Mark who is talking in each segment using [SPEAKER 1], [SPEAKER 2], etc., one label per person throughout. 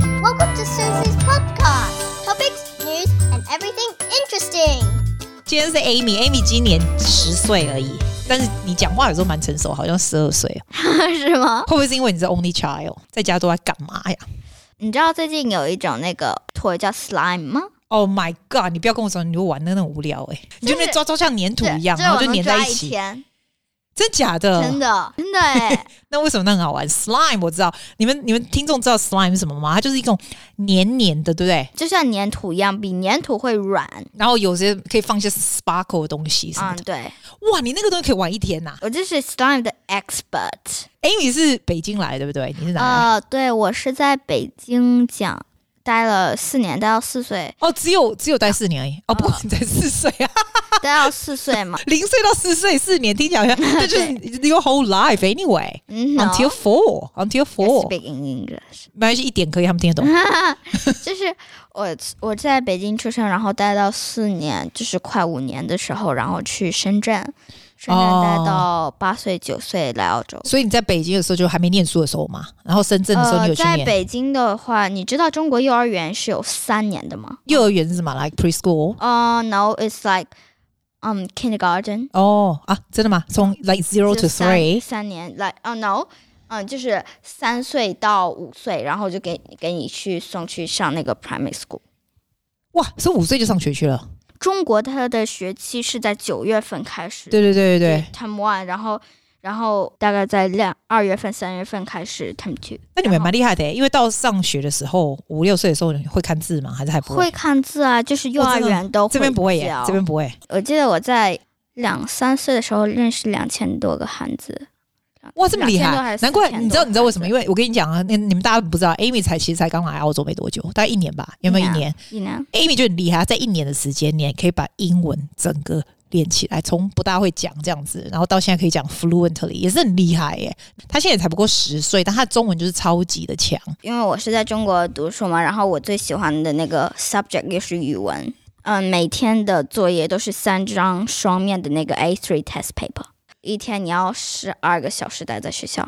[SPEAKER 1] to Susie's podcast. Topics, news, and everything interesting.
[SPEAKER 2] 今天是 Amy，Amy 今年十岁而已，但是你讲话有时候蛮成熟，好像十二岁哦。
[SPEAKER 3] 是吗？
[SPEAKER 2] 会不会是因为你是 Only Child，在家都在干嘛呀
[SPEAKER 3] 你知道最近有一种那个 toy 叫 slime 吗？
[SPEAKER 2] ？Oh my god！你不要跟我说你就玩的那种无聊哎、你就那抓抓像粘土一样，
[SPEAKER 3] 这
[SPEAKER 2] 然后就粘在
[SPEAKER 3] 一
[SPEAKER 2] 一起，啊嗯
[SPEAKER 3] 天，
[SPEAKER 2] 真假的？
[SPEAKER 3] 真的真的哎，
[SPEAKER 2] 那为什么那很好玩？Slime 我知道，你们你们听众知道 slime 是什么吗？它就是一种黏黏的，对不对？
[SPEAKER 3] 就像粘土一样，比粘土会 软。
[SPEAKER 2] 然后有些可以放一些 sparkle 的东西什么
[SPEAKER 3] 嗯
[SPEAKER 2] 的。，
[SPEAKER 3] 对，
[SPEAKER 2] 哇，你那个东西可以玩一天呐、
[SPEAKER 3] 我就是 slime 的 expert。
[SPEAKER 2] Amy 是北京来的，对不对？你是哪来？，
[SPEAKER 3] 呃，对我是在北京讲待了四年，待到四岁
[SPEAKER 2] 哦，只有只有待四年而已。哦，不过你才四岁啊。
[SPEAKER 3] 待到四岁嘛。
[SPEAKER 2] 零岁到四岁四年，听起 来好像那就是 your whole life anyway。
[SPEAKER 3] 嗯
[SPEAKER 2] Until four, until
[SPEAKER 3] no, I
[SPEAKER 2] four，
[SPEAKER 3] speak in English，
[SPEAKER 2] 没关系，一点可以，他们听得懂。
[SPEAKER 3] Uh-huh 就是我我在北京出生，然后待到四年，就是快五年的时候，然后去深圳，深圳待
[SPEAKER 2] 哦
[SPEAKER 3] 到八岁九岁来澳洲。
[SPEAKER 2] 所以你在北京的时候就还没念书的时候嘛，然后深圳的时候你
[SPEAKER 3] 呃，
[SPEAKER 2] 有去
[SPEAKER 3] 在
[SPEAKER 2] 念
[SPEAKER 3] 北京的话，你知道中国幼儿园是有三年的吗？
[SPEAKER 2] 幼儿园是嘛？Like preschool？
[SPEAKER 3] 呃、n o it's like um kindergarten
[SPEAKER 2] 哦啊，真的吗？从 like zero
[SPEAKER 3] 就
[SPEAKER 2] to
[SPEAKER 3] 三
[SPEAKER 2] three，
[SPEAKER 3] 三年，like oh no，嗯，就是三岁到五岁，然后就给给你去送去上那个 primary school。
[SPEAKER 2] 哇，所以五岁就上学去了。
[SPEAKER 3] 中国它的学期是在九月份开始，
[SPEAKER 2] 对对对对对。
[SPEAKER 3] ，term one，然后然后大概在两二月份、三月份开始 term two。
[SPEAKER 2] 那你们
[SPEAKER 3] 然后
[SPEAKER 2] 蛮厉害的耶，因为到上学的时候，五六岁的时候你会看字吗？还是还不
[SPEAKER 3] 会？看字啊，就是幼
[SPEAKER 2] 哦
[SPEAKER 3] 儿
[SPEAKER 2] 真的
[SPEAKER 3] 园都会
[SPEAKER 2] 这边不会耶
[SPEAKER 3] 教，
[SPEAKER 2] 这边不会。
[SPEAKER 3] 我记得我在两三岁的时候认识两千多个汉字，
[SPEAKER 2] 哇，这么厉
[SPEAKER 3] 2000
[SPEAKER 2] 害
[SPEAKER 3] 多还！是
[SPEAKER 2] 难怪你知道，
[SPEAKER 3] 4000多
[SPEAKER 2] 你知道为什么？因为我跟你讲啊，那你们大家不知道，Amy 才其实才刚来澳洲没多久，大概一年吧，有没有一年
[SPEAKER 3] 一年，
[SPEAKER 2] ？Amy 就很厉害，她在一年的时间，你也可以把英文整个练起来，从不大会讲这样子，然后到现在可以讲 fluently，也是很厉害耶。她现在也才不过十岁，但她的中文就是超级的强。
[SPEAKER 3] 因为我是在中国读书嘛，然后我最喜欢的那个 subject 也是语文，嗯，每天的作业都是三张双面的那个 A3 test paper，一天你要十二个小时待在学校，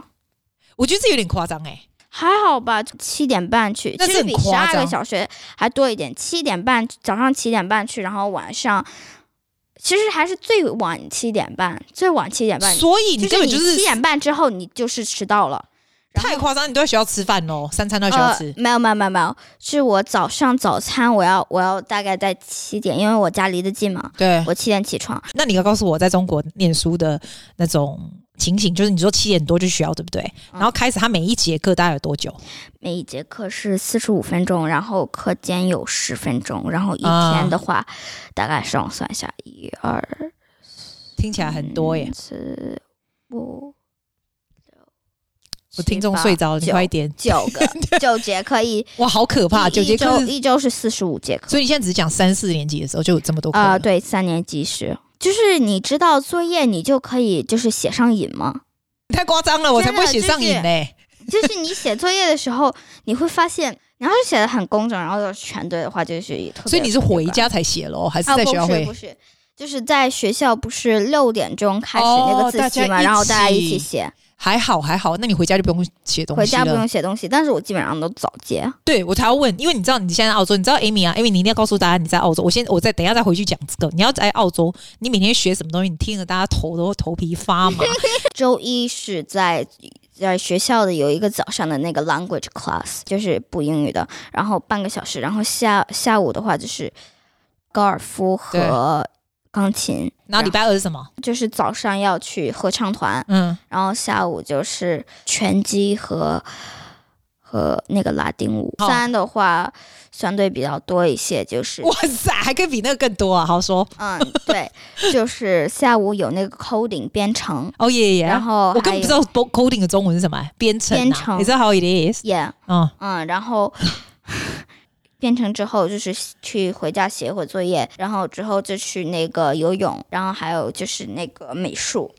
[SPEAKER 2] 我觉得这有点夸张哎，
[SPEAKER 3] 还好吧，七点半去，
[SPEAKER 2] 那
[SPEAKER 3] 其
[SPEAKER 2] 是
[SPEAKER 3] 实
[SPEAKER 2] 很
[SPEAKER 3] 比十
[SPEAKER 2] 夸
[SPEAKER 3] 二
[SPEAKER 2] 张
[SPEAKER 3] 个小时还多一点，七点半早上七点半去，然后晚上。其实还是最晚七点半，最晚七点半
[SPEAKER 2] 所以你根本就
[SPEAKER 3] 你
[SPEAKER 2] 是
[SPEAKER 3] 七点半之后你就是迟到了。然后
[SPEAKER 2] 太夸张，你都在学校吃饭喽，三餐都在学校吃
[SPEAKER 3] 呃。没有没有没有没有，是我早上早餐我要我要大概在七点，因为我家离得近嘛，
[SPEAKER 2] 对，
[SPEAKER 3] 我七点起床。
[SPEAKER 2] 那你要告诉我在中国念书的那种情形，就是你说七点多去学校，对不对？然后开始他每一节课大概有多久？
[SPEAKER 3] 每一节课是四十五分钟，然后课间有十分钟，然后一
[SPEAKER 2] 啊
[SPEAKER 3] 天的话，大概上算一下，一二
[SPEAKER 2] 听起来很多
[SPEAKER 3] 嗯
[SPEAKER 2] 耶！
[SPEAKER 3] 四五六，
[SPEAKER 2] 我
[SPEAKER 3] 七
[SPEAKER 2] 听众
[SPEAKER 3] 八
[SPEAKER 2] 睡着，你
[SPEAKER 3] 九
[SPEAKER 2] 快一点！
[SPEAKER 3] 九 个九节课一
[SPEAKER 2] 哇，好可怕！
[SPEAKER 3] 一
[SPEAKER 2] 九节
[SPEAKER 3] 一
[SPEAKER 2] 课
[SPEAKER 3] 周
[SPEAKER 2] 是，
[SPEAKER 3] 一周是四十五节课。
[SPEAKER 2] 所以你现在只讲三四年级的时候就有这么多课
[SPEAKER 3] 啊、
[SPEAKER 2] 了。
[SPEAKER 3] 对，三年级时，就是你知道作业，你就可以就是写上瘾 吗？
[SPEAKER 2] 太夸张了，我才不会写上瘾
[SPEAKER 3] 真
[SPEAKER 2] 呢。
[SPEAKER 3] 就是你写作业的时候，你会发现，你要是写的很工整，然后又全对的话，就是特别
[SPEAKER 2] 所以你是回
[SPEAKER 3] 有感
[SPEAKER 2] 家才写喽，还是
[SPEAKER 3] 啊？
[SPEAKER 2] 在学校
[SPEAKER 3] 不是
[SPEAKER 2] 会
[SPEAKER 3] 不？是，就是在学校不是六点钟开始
[SPEAKER 2] 哦
[SPEAKER 3] 那个自习
[SPEAKER 2] 大家
[SPEAKER 3] 嘛，
[SPEAKER 2] 一
[SPEAKER 3] 然后大家一
[SPEAKER 2] 起
[SPEAKER 3] 起写，
[SPEAKER 2] 还好还好，那你回家就不用写东
[SPEAKER 3] 回
[SPEAKER 2] 西
[SPEAKER 3] 家不
[SPEAKER 2] 了
[SPEAKER 3] 用。写东西，但是我基本上都早接。
[SPEAKER 2] 对我才要问，因为你知道你现在在澳洲，你知道 Amy 啊，Amy 你一定要告诉大家你在澳洲。我先我再等一下再回去讲这个。你要在澳洲，你每天学什么东西，你听了大家头都头皮发 麻。
[SPEAKER 3] 周一是在在学校的有一个早上的那个 language class，就是补英语的，然后半个小时，然后下下午的话就是高尔夫和钢琴，
[SPEAKER 2] 然后礼拜二是什么？
[SPEAKER 3] 就是早上要去合唱团，
[SPEAKER 2] 嗯，
[SPEAKER 3] 然后下午就是拳击和和那个拉丁舞。
[SPEAKER 2] 哦
[SPEAKER 3] 三的话相对比较多一些，就是
[SPEAKER 2] 哇塞，还可以比那个更多啊！好说，
[SPEAKER 3] 嗯对，就是下午有那个 coding 编程，
[SPEAKER 2] 哦耶耶，
[SPEAKER 3] 然后
[SPEAKER 2] 我根本不知道 bo- coding 的中文是什么、编程、啊，
[SPEAKER 3] 编程
[SPEAKER 2] 你知道 how it is？
[SPEAKER 3] 也。Yeah,
[SPEAKER 2] 嗯，
[SPEAKER 3] 嗯，然后变成之后就是去回家写会作业，然后之后就去那个游泳，然后还有就是那个美术。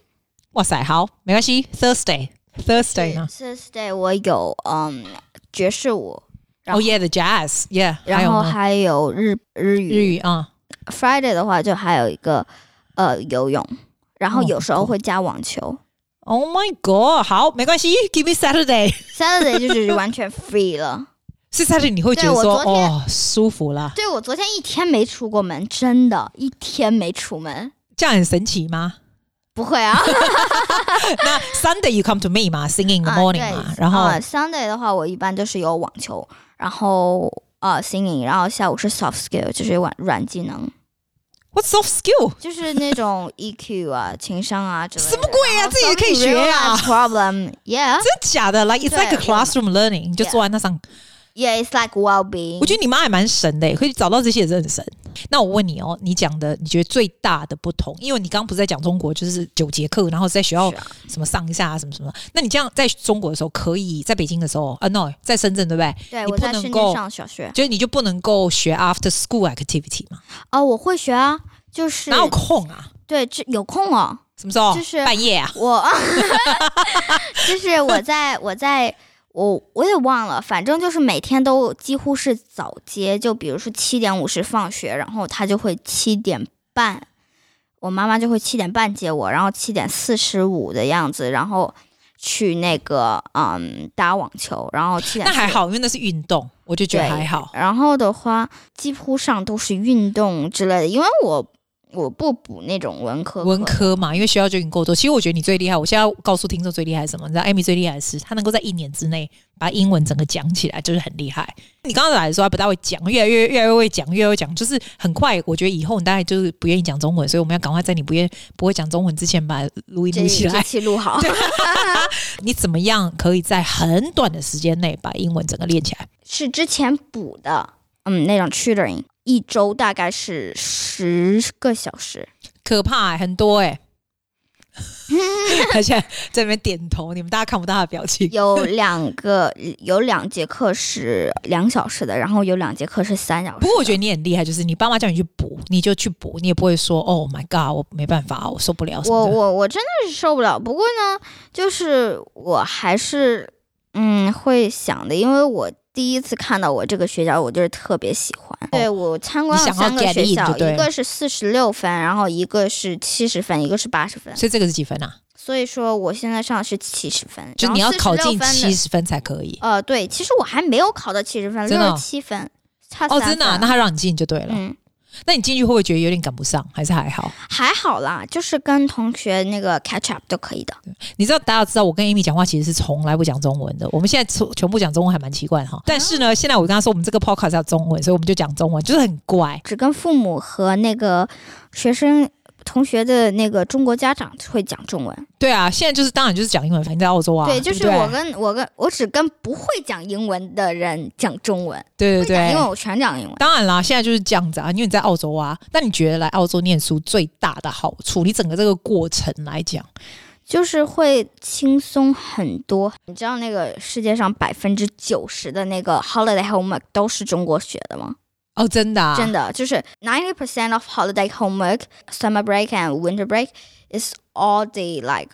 [SPEAKER 2] 哇塞，好，没关系，Thursday。Thursday 呢？
[SPEAKER 3] Thursday 我有嗯爵士舞，然
[SPEAKER 2] 哦
[SPEAKER 3] 后
[SPEAKER 2] yeah，the Oh, jazz，yeah，还
[SPEAKER 3] 然
[SPEAKER 2] 有
[SPEAKER 3] 后
[SPEAKER 2] 呢
[SPEAKER 3] 还有日日
[SPEAKER 2] 日
[SPEAKER 3] 语。
[SPEAKER 2] 语啊，
[SPEAKER 3] Friday 的话就还有一个呃游泳，然后
[SPEAKER 2] 哦
[SPEAKER 3] 有时候
[SPEAKER 2] 不错
[SPEAKER 3] 会加网球。
[SPEAKER 2] Oh my god，好，没关系，Give me Saturday。
[SPEAKER 3] Saturday 就是完全 free 了。
[SPEAKER 2] 是差点你会觉得
[SPEAKER 3] 对我
[SPEAKER 2] 说
[SPEAKER 3] 昨天
[SPEAKER 2] 哦舒服啦，
[SPEAKER 3] 对我昨天一天没出过门，真的，一天没出门。
[SPEAKER 2] 这样很神奇吗？
[SPEAKER 3] 不会啊，
[SPEAKER 2] 那 Sunday you come to me 嘛，singing in the
[SPEAKER 3] 啊
[SPEAKER 2] morning
[SPEAKER 3] 对
[SPEAKER 2] 嘛，然后、
[SPEAKER 3] 呃，Sunday 的话，我一般就是有网球，然后呃 singing，然后下午是 soft skill，就是软软技能，
[SPEAKER 2] what's soft skill？
[SPEAKER 3] 就是那种 EQ 啊、情商啊之类的。
[SPEAKER 2] 什么鬼啊
[SPEAKER 3] 然后
[SPEAKER 2] 这也可以
[SPEAKER 3] solving
[SPEAKER 2] 学啊
[SPEAKER 3] real-life
[SPEAKER 2] 真
[SPEAKER 3] ？Problem，yeah，yeah，it's
[SPEAKER 2] 的假的？Like it's
[SPEAKER 3] 对
[SPEAKER 2] like a
[SPEAKER 3] 我
[SPEAKER 2] classroom learning，你就坐在那上。
[SPEAKER 3] like well-being。
[SPEAKER 2] 我觉得你妈还蛮神的耶，可以找到这些也是很神。那我问你哦，你讲的你觉得最大的不同，因为你刚刚不是在讲中国就是九节课，然后在学校
[SPEAKER 3] 是啊
[SPEAKER 2] 什么上一下啊什么什么？那你这样在中国的时候可以，在北京的时候啊，no，在深圳对不对？
[SPEAKER 3] 对
[SPEAKER 2] 你
[SPEAKER 3] 我
[SPEAKER 2] 不
[SPEAKER 3] 在
[SPEAKER 2] 能
[SPEAKER 3] 深
[SPEAKER 2] 够
[SPEAKER 3] 圳上小学
[SPEAKER 2] 就是你就不能够学 after school activity 嘛？
[SPEAKER 3] 哦，我会学啊，就是
[SPEAKER 2] 哪有空啊？
[SPEAKER 3] 对，这有空哦。
[SPEAKER 2] 什么时候？
[SPEAKER 3] 就是
[SPEAKER 2] 半夜啊？
[SPEAKER 3] 我 就是我在我在我我也忘了，反正就是每天都几乎是早接，就比如说七点五十放学，然后他就会七点半，我妈妈就会七点半接我，然后七点四十五的样子，然后去那个嗯打网球，然后七点
[SPEAKER 2] 那还好，因为那是运动，我就觉得
[SPEAKER 3] 啊对
[SPEAKER 2] 还好。
[SPEAKER 3] 然后的话，几乎上都是运动之类的，因为我我不补那种文科课
[SPEAKER 2] 文科嘛，因为学校就已经够多。其实我觉得你最厉害，我现在要告诉听众最厉害是什么？你知道艾米最厉害的是，她能够在一年之内把英文整个讲起来，就是很厉害。你刚刚来的时候还不大会讲，越来越越来越会讲，越来越会讲，就是很快。我觉得以后你大概就是不愿意讲中文，所以我们要赶快在你不愿不会讲中文之前把录音
[SPEAKER 3] 这
[SPEAKER 2] 录起
[SPEAKER 3] 这
[SPEAKER 2] 来。
[SPEAKER 3] 期录好。
[SPEAKER 2] 你怎么样可以在很短的时间内把英文整个练起来？
[SPEAKER 3] 是之前补的，嗯，那种 tutoring，一周大概是十个小时。
[SPEAKER 2] 可怕、欸，很多哎、欸。 他现在在那边点头，你们大家看不到他的表情。
[SPEAKER 3] 有两个，有两节课是两小时的，然后有两节课是三小时的。
[SPEAKER 2] 不过我觉得你很厉害，就是你爸妈叫你去补，你就去补，你也不会说 “Oh my God，我没办法，我受不了”什
[SPEAKER 3] 我
[SPEAKER 2] 么的。
[SPEAKER 3] 我我真的是受不了。不过呢，就是我还是嗯会想的，因为我第一次看到我这个学校，我就是特别喜欢。对我参观
[SPEAKER 2] 哦你
[SPEAKER 3] 了
[SPEAKER 2] 想要
[SPEAKER 3] 三个
[SPEAKER 2] get
[SPEAKER 3] 学
[SPEAKER 2] in
[SPEAKER 3] 校，
[SPEAKER 2] 就对
[SPEAKER 3] 一个是四十六分，然后一个是七十分，一个是八十分。
[SPEAKER 2] 所以这个是几分啊？
[SPEAKER 3] 所以说我现在上的是七十分，
[SPEAKER 2] 就是你要考进七
[SPEAKER 3] 十。
[SPEAKER 2] 十分才可以。
[SPEAKER 3] 呃，对，其实我还没有考到七十分，
[SPEAKER 2] 真
[SPEAKER 3] 六
[SPEAKER 2] 的哦
[SPEAKER 3] 十七分，差
[SPEAKER 2] 哦，
[SPEAKER 3] 三
[SPEAKER 2] 真的啊、
[SPEAKER 3] 分
[SPEAKER 2] 那他让你进就对了。
[SPEAKER 3] 嗯，
[SPEAKER 2] 那你进去会不会觉得有点赶不上，还是还好？
[SPEAKER 3] 还好啦，就是跟同学那个 catch up 就可以的。
[SPEAKER 2] 你知道大家知道我跟 Amy 讲话其实是从来不讲中文的，我们现在全全部讲中文还蛮奇怪的
[SPEAKER 3] 啊
[SPEAKER 2] 哈。但是呢，现在我跟他说我们这个 podcast 要中文，所以我们就讲中文，就是很乖。
[SPEAKER 3] 只跟父母和那个学生同学的那个中国家长会讲中文。
[SPEAKER 2] 对啊，现在就是当然就是讲英文，反正在澳洲啊，
[SPEAKER 3] 对，
[SPEAKER 2] 对，
[SPEAKER 3] 就是
[SPEAKER 2] 不对
[SPEAKER 3] 我跟我跟我只跟不会讲英文的人讲中文，
[SPEAKER 2] 对对
[SPEAKER 3] 会讲
[SPEAKER 2] 对，
[SPEAKER 3] 英文我全讲英文。
[SPEAKER 2] 当然啦，现在就是这样子啊，因为你在澳洲啊，那你觉得来澳洲念书最大的好处，你整个这个过程来讲，
[SPEAKER 3] 就是会轻松很多。你知道那个世界上百分之九十的那个 holiday homework 都是中国学的吗？
[SPEAKER 2] 哦，真的、啊，
[SPEAKER 3] 真的，就是 ninety percent of holiday homework, summer break and winter break is all the like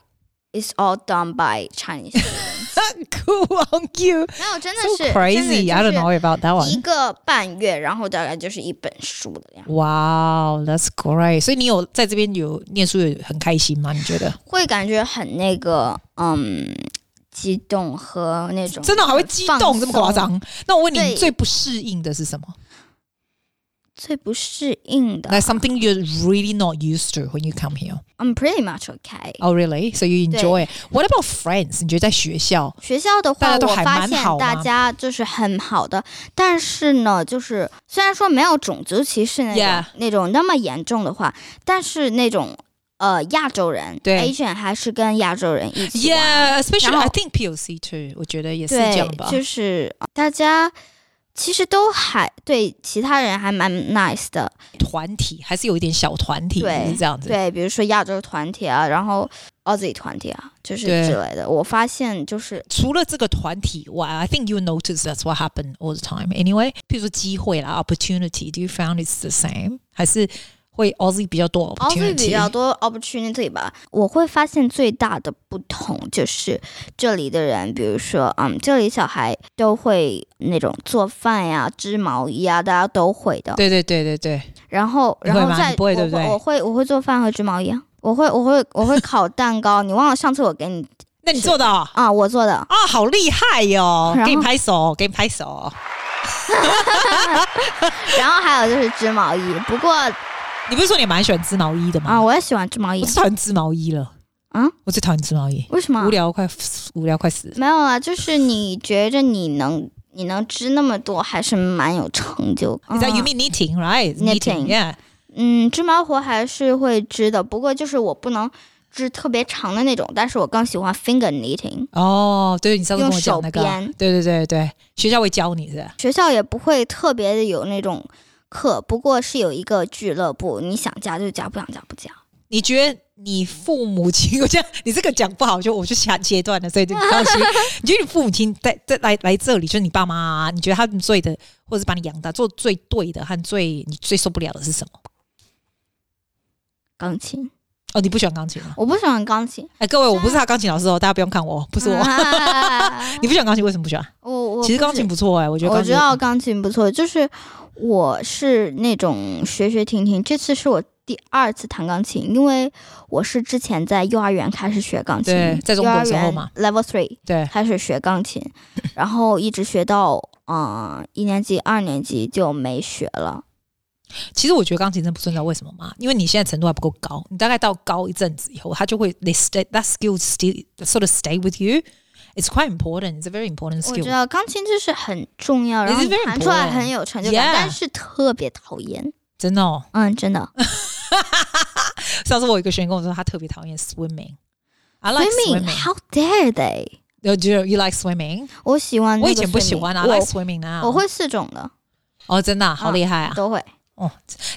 [SPEAKER 3] is all done by Chinese 。
[SPEAKER 2] 很酷 on you，
[SPEAKER 3] 没有，真的
[SPEAKER 2] so
[SPEAKER 3] 是真的
[SPEAKER 2] crazy. I
[SPEAKER 3] 就
[SPEAKER 2] don't
[SPEAKER 3] 是
[SPEAKER 2] know about that
[SPEAKER 3] 一
[SPEAKER 2] one.
[SPEAKER 3] 个半月，然后大概就是一本书的量。
[SPEAKER 2] Wow, that's great. 所以你有在这边有念书，有很开心吗？你觉得
[SPEAKER 3] 会感觉很那个，嗯，激动和那种
[SPEAKER 2] 真的还会激
[SPEAKER 3] 放
[SPEAKER 2] 动
[SPEAKER 3] 松
[SPEAKER 2] 这么夸？张？那我问你，
[SPEAKER 3] 对
[SPEAKER 2] 你最不适应的是什么
[SPEAKER 3] 最不适应的
[SPEAKER 2] ？Like something you're really not used to when you come here.
[SPEAKER 3] ，I'm 嗯 pretty much okay。
[SPEAKER 2] Oh, really? So you enjoy? it. What about friends? 你觉得在学校
[SPEAKER 3] 学校的
[SPEAKER 2] 大
[SPEAKER 3] 话，
[SPEAKER 2] 家都
[SPEAKER 3] 我
[SPEAKER 2] 还
[SPEAKER 3] 发
[SPEAKER 2] 蛮
[SPEAKER 3] 现
[SPEAKER 2] 好吗
[SPEAKER 3] 大家就是很好的，但是呢，就是虽然说没有种族歧视那种
[SPEAKER 2] Yeah
[SPEAKER 3] 那种那么严重的话，但是那种呃亚洲人
[SPEAKER 2] 对
[SPEAKER 3] Asian 还是跟亚洲人一起玩。
[SPEAKER 2] ？Yeah, especially
[SPEAKER 3] 然后
[SPEAKER 2] I think POC too. 我觉得也是
[SPEAKER 3] 对，
[SPEAKER 2] 这样吧。
[SPEAKER 3] 就是呃大家其实都还对其他人还蛮 nice 的，
[SPEAKER 2] 团体，还是有一点小团体，
[SPEAKER 3] 对
[SPEAKER 2] 是这样子。
[SPEAKER 3] 对，比如说亚洲团体啊，然后 Aussie 团体啊，就是
[SPEAKER 2] 对
[SPEAKER 3] 之类的。我发现就是
[SPEAKER 2] 除了这个团体以外，I think you notice that's what happen all the time. Anyway，譬如说机会啦，opportunity，do you found it's the same？还是会 Aussie 比较多
[SPEAKER 3] Aussie
[SPEAKER 2] opportunity？
[SPEAKER 3] 比较多 opportunity 吧，我会发现最大的不同就是这里的人，比如说嗯，这里小孩都会那种做饭呀、织毛衣啊，大家都会的。
[SPEAKER 2] 对对对对对，
[SPEAKER 3] 然后，
[SPEAKER 2] 你
[SPEAKER 3] 然
[SPEAKER 2] 会
[SPEAKER 3] 后
[SPEAKER 2] 吗
[SPEAKER 3] 再
[SPEAKER 2] 你不会对不对
[SPEAKER 3] 我会我会我会做饭和织毛衣啊，我会我会我会烤蛋糕。你忘了上次我给你
[SPEAKER 2] 那你做的啊、
[SPEAKER 3] 啊，我做的。
[SPEAKER 2] 啊好厉害哟、
[SPEAKER 3] 然后
[SPEAKER 2] 给你拍手，给你拍手。
[SPEAKER 3] 然后还有就是织毛衣，不过啊、
[SPEAKER 2] 你不是说你蛮喜欢织毛衣的吗？
[SPEAKER 3] 我也喜欢织毛衣
[SPEAKER 2] 我最。讨厌织毛衣了。
[SPEAKER 3] 嗯，
[SPEAKER 2] 我最讨厌织毛衣，
[SPEAKER 3] 为什么
[SPEAKER 2] 无？聊快无聊快死了。
[SPEAKER 3] 没有啊，就是你觉着你能你能织那么多，还是蛮有成就感。
[SPEAKER 2] 你在
[SPEAKER 3] 嗯
[SPEAKER 2] you mean knitting right
[SPEAKER 3] Knitting
[SPEAKER 2] yeah
[SPEAKER 3] 嗯，织毛活还是会织的，不过就是我不能织特别长的那种，但是我更喜欢 finger knitting。
[SPEAKER 2] 哦，对，你上次
[SPEAKER 3] 用
[SPEAKER 2] 跟我讲
[SPEAKER 3] 手
[SPEAKER 2] 那个，
[SPEAKER 3] 编
[SPEAKER 2] 对对对对，学校会教你的。
[SPEAKER 3] 学校也不会特别的有那种课，不过是有一个俱乐部，你想加就加，不想加不加。
[SPEAKER 2] 你觉得你父母亲，我这样你这个讲不好，就我就想切断了，所以就不放心。你觉得你父母亲在在来来这里，就是你爸妈、啊，你觉得他们最的，或者是把你养大做最对的和最你最受不了的是什么？
[SPEAKER 3] 钢琴，
[SPEAKER 2] 哦，你不喜欢钢琴吗？
[SPEAKER 3] 我不喜欢钢琴，
[SPEAKER 2] 哎、各位，我不是他钢琴老师哦，大家不用看我哦，不是我。
[SPEAKER 3] 啊
[SPEAKER 2] 你不喜欢钢琴，为什么不喜欢？
[SPEAKER 3] 我我
[SPEAKER 2] 其实
[SPEAKER 3] 不
[SPEAKER 2] 钢
[SPEAKER 3] 是
[SPEAKER 2] 琴不错哎、我觉得
[SPEAKER 3] 我
[SPEAKER 2] 钢琴
[SPEAKER 3] 知道钢琴不错，就是我是那种学学停停，这次是我第二次弹钢琴，因为我是之前在幼儿园开始学钢琴，
[SPEAKER 2] 对在中国的时候嘛
[SPEAKER 3] 幼儿园，Level Three
[SPEAKER 2] 对，
[SPEAKER 3] 开始学钢琴，然后一直学到嗯、一年级、二年级就没学了。
[SPEAKER 2] 其实我觉得钢琴真不重要，为什么吗？因为你现在程度还不够高，你大概到高一阵子以后，它就会 they stay that skill still sort of stay with you. It's quite important. It's a very important
[SPEAKER 3] 我知
[SPEAKER 2] skill.
[SPEAKER 3] 道钢琴就是很重要，然后
[SPEAKER 2] It's
[SPEAKER 3] 你
[SPEAKER 2] very
[SPEAKER 3] 弹出来
[SPEAKER 2] important.
[SPEAKER 3] 很有成就感
[SPEAKER 2] Yeah.
[SPEAKER 3] 但是特别讨厌。
[SPEAKER 2] 真的哦，
[SPEAKER 3] 嗯，真的
[SPEAKER 2] 上次我有一个学员跟我说，他特别讨厌 swimming。I like swimming.
[SPEAKER 3] ，Swimming，How dare they？
[SPEAKER 2] You do you like swimming？
[SPEAKER 3] 我喜欢那
[SPEAKER 2] 我
[SPEAKER 3] 个 swimming，
[SPEAKER 2] 以前不喜欢啊，I
[SPEAKER 3] 我
[SPEAKER 2] like swimming 啊。
[SPEAKER 3] 我会四种的，
[SPEAKER 2] 哦，真的啊好厉害啊！
[SPEAKER 3] 都会。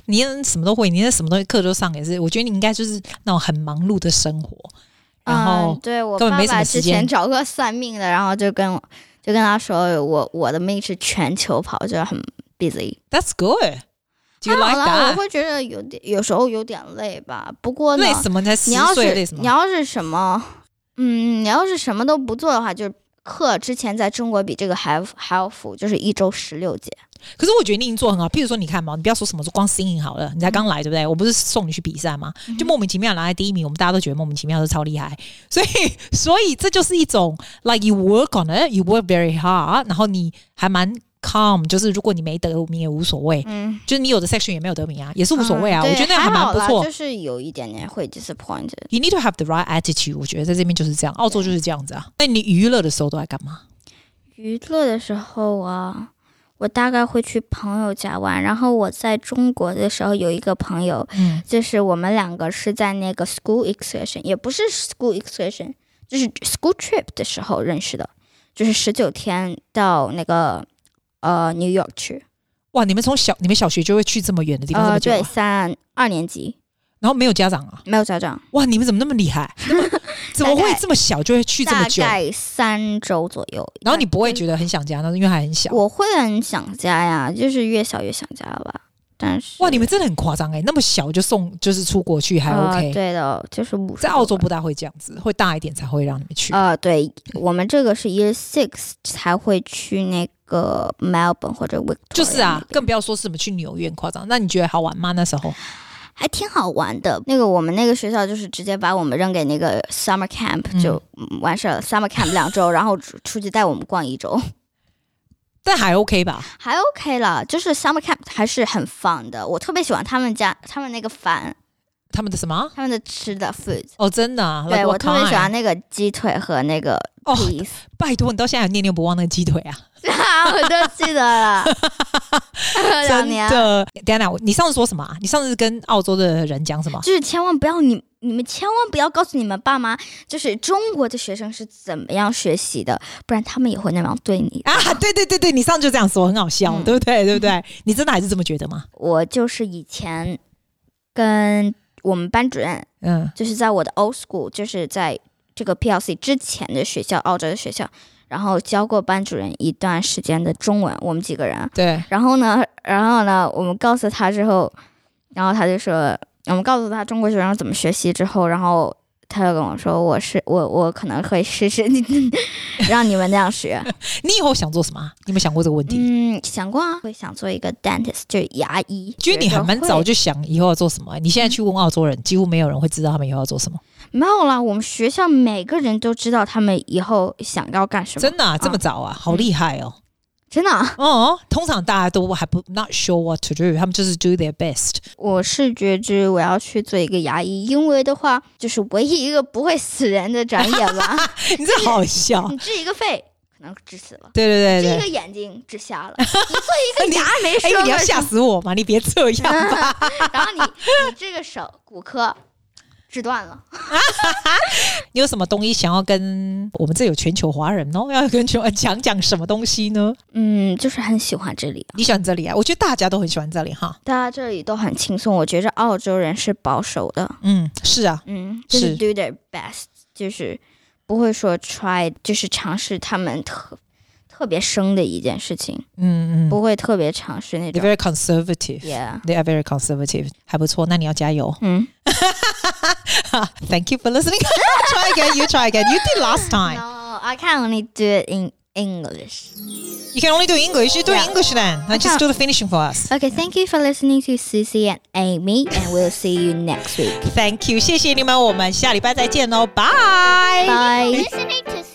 [SPEAKER 2] 你什么都会，你连什么东西课都上也是。我觉得你应该就是那种很忙碌的生活，然后
[SPEAKER 3] 嗯、对我
[SPEAKER 2] 根本
[SPEAKER 3] 爸
[SPEAKER 2] 没什么
[SPEAKER 3] 爸
[SPEAKER 2] 时
[SPEAKER 3] 之
[SPEAKER 2] 间
[SPEAKER 3] 前找个算命的，然后就跟我就跟他说我我的命是全球跑，就是很 busy。
[SPEAKER 2] that's good. Do you
[SPEAKER 3] 当
[SPEAKER 2] like
[SPEAKER 3] 啊然了，我
[SPEAKER 2] that？
[SPEAKER 3] 会觉得有点有时候有点累吧。不过呢
[SPEAKER 2] 累，什么？你才十
[SPEAKER 3] 你要
[SPEAKER 2] 岁，累什
[SPEAKER 3] 是
[SPEAKER 2] 么
[SPEAKER 3] 你？要是什么，嗯，你要是什么都不做的话，就是课之前在中国比这个还还要苦，就是一周十六节。
[SPEAKER 2] 可是我觉得你已经做得很好。譬如说，你看嘛，你不要说什么光新颖好了，你才刚来，对不对？我不是送你去比赛嘛，
[SPEAKER 3] 嗯
[SPEAKER 2] 就莫名其妙拿来第一名，我们大家都觉得莫名其妙都超厉害。所以，所以这就是一种 like you work on it, you work very hard，然后你还蛮 calm，就是如果你没得名也无所谓，
[SPEAKER 3] 嗯，
[SPEAKER 2] 就是你有的 section 也没有得名啊，也是无所谓啊。
[SPEAKER 3] 嗯
[SPEAKER 2] 我
[SPEAKER 3] 对
[SPEAKER 2] 觉得那样
[SPEAKER 3] 还
[SPEAKER 2] 蛮
[SPEAKER 3] 好
[SPEAKER 2] 不
[SPEAKER 3] 啦
[SPEAKER 2] 错。
[SPEAKER 3] 就是有一点点会 disappointed。
[SPEAKER 2] You need to have the right attitude。我觉得在这边就是这样，澳洲就是这样子啊。那你娱乐的时候都在干嘛？
[SPEAKER 3] 娱乐的时候啊，我大概会去朋友家玩。然后我在中国的时候有一个朋友，
[SPEAKER 2] 嗯，
[SPEAKER 3] 就是我们两个是在那个 school excursion，也不是 school excursion，就是 school trip 的时候认识的，就是十九天到那个呃 New York 去，
[SPEAKER 2] 哇，你们从小你们小学就会去这么远的地方这
[SPEAKER 3] 呃
[SPEAKER 2] 么久啊、
[SPEAKER 3] 对，三二年级
[SPEAKER 2] 然后没有家长啊？
[SPEAKER 3] 没有家长，
[SPEAKER 2] 哇，你们怎么那么厉 害？怎么
[SPEAKER 3] 大概
[SPEAKER 2] 会这么小就会去这
[SPEAKER 3] 大
[SPEAKER 2] 么久？
[SPEAKER 3] 概三周左右。
[SPEAKER 2] 然后你不会觉得很想家，那是因为还很小。
[SPEAKER 3] 我会很想家呀，就是越小越想家吧，但是
[SPEAKER 2] 哇，你们真的很夸张哎！那么小就送，就是出国去还 OK，、
[SPEAKER 3] 呃、对的，就是五十
[SPEAKER 2] 在澳洲
[SPEAKER 3] 多
[SPEAKER 2] 不大会这样子，会大一点才会让你们去。
[SPEAKER 3] 呃，对我们这个是 year six 才会去那个 Melbourne 或者 Victoria，
[SPEAKER 2] 就是啊
[SPEAKER 3] 那，边
[SPEAKER 2] 更不要说是什么去纽约很夸张。那你觉得好玩吗？那时候
[SPEAKER 3] 还挺好玩的。那个我们那个学校就是直接把我们扔给那个 summer camp、
[SPEAKER 2] 嗯
[SPEAKER 3] 就嗯完事儿了，summer camp 两周，然后出出去带我们逛一周，
[SPEAKER 2] 但还 OK 吧？
[SPEAKER 3] 还 OK 了。就是 summer camp 还是很 fun 的，我特别喜欢他们家他们那个饭，
[SPEAKER 2] 他们的什么？啊
[SPEAKER 3] 他们的吃的 food。
[SPEAKER 2] 哦，真的、啊，
[SPEAKER 3] 对
[SPEAKER 2] like
[SPEAKER 3] 我
[SPEAKER 2] what
[SPEAKER 3] 特别喜
[SPEAKER 2] kind？
[SPEAKER 3] 欢那个鸡腿和那个
[SPEAKER 2] 哦
[SPEAKER 3] p e e
[SPEAKER 2] 拜托，你到现在还念念不忘那个鸡腿啊！
[SPEAKER 3] 我都记得了， 两
[SPEAKER 2] 真
[SPEAKER 3] 年了
[SPEAKER 2] 的。等一下，我你上次说什么啊？你上次跟澳洲的人讲什么？
[SPEAKER 3] 就是千万不要你你们千万不要告诉你们爸妈，就是中国的学生是怎么样学习的，不然他们也会那样对你。
[SPEAKER 2] 啊，对对对对，你上次就这样说，很好笑，
[SPEAKER 3] 嗯
[SPEAKER 2] 对不对？对不对？你真的还是这么觉得吗？
[SPEAKER 3] 我就是以前跟我们班主任，
[SPEAKER 2] 嗯，
[SPEAKER 3] 就是在我的 old school，就是在这个 PLC 之前的学校，澳洲的学校，然后教过班主任一段时间的中文，我们几个人。
[SPEAKER 2] 对，
[SPEAKER 3] 然后呢，然后呢，我们告诉他之后，然后他就说，我们告诉他中国学生怎么学习之后，然后他就跟我说，我是我我可能会试试你， 让你们那 样学。
[SPEAKER 2] 你以后想做什么啊？你有没有想过这个问题？
[SPEAKER 3] 嗯，想过啊，会想做一个 dentist，就是牙医。
[SPEAKER 2] 觉得你还蛮早
[SPEAKER 3] 会
[SPEAKER 2] 就想以后要做什么、你现
[SPEAKER 3] 嗯
[SPEAKER 2] 在去问澳洲人，几乎没有人会知道他们以后要做什么。
[SPEAKER 3] 没有啦，我们学校每个人都知道他们以后想要干什么，嗯
[SPEAKER 2] 真的啊、这么早啊，好厉害哦！
[SPEAKER 3] 真的啊、
[SPEAKER 2] 哦，通常大家都还不 not sure what to do，他们就是 do their best。
[SPEAKER 3] 我是觉知我要去做一个牙医，因为的话就是唯一一个不会死人的专业 吧。
[SPEAKER 2] 你这好笑。
[SPEAKER 3] 你治一个肺可能治死了，
[SPEAKER 2] 对对对
[SPEAKER 3] 治
[SPEAKER 2] 对
[SPEAKER 3] 一个，眼睛治瞎了，你做一个牙没
[SPEAKER 2] 哎、
[SPEAKER 3] 说嗯
[SPEAKER 2] 你要
[SPEAKER 3] 过
[SPEAKER 2] 吓死我吗？你别这样吧。
[SPEAKER 3] 然后你你这个手骨科治断了，
[SPEAKER 2] 你有什么东西想要跟我们这有全球华人哦，要跟全讲讲什么东西呢？
[SPEAKER 3] 嗯，就是很喜欢这里，
[SPEAKER 2] 你喜欢这里啊？我觉得大家都很喜欢这里哈。
[SPEAKER 3] 大家这里都很轻松。我觉着澳洲人是保守的，
[SPEAKER 2] 嗯，是啊，
[SPEAKER 3] 嗯，就是是 do their best，就是不会说 try，就是尝试他们特特别生的一件事情，
[SPEAKER 2] 嗯嗯
[SPEAKER 3] 不会特别尝试那
[SPEAKER 2] ，they're
[SPEAKER 3] 种。
[SPEAKER 2] very conservative。
[SPEAKER 3] Yeah，
[SPEAKER 2] They are very conservative，还不错。那你要加油。
[SPEAKER 3] 嗯
[SPEAKER 2] Thank you for listening. try again, you try again. You did last time.
[SPEAKER 3] ，No，I can only do it in English.
[SPEAKER 2] You can only do English. You do
[SPEAKER 3] Yeah.
[SPEAKER 2] English then. And just do the finishing for us.
[SPEAKER 3] Okay, thank you for listening to Cici and Amy, and we'll see you next week.
[SPEAKER 2] Thank you，谢谢你们，我们下礼拜再见喽，拜。哦
[SPEAKER 3] Bye.
[SPEAKER 1] Listening to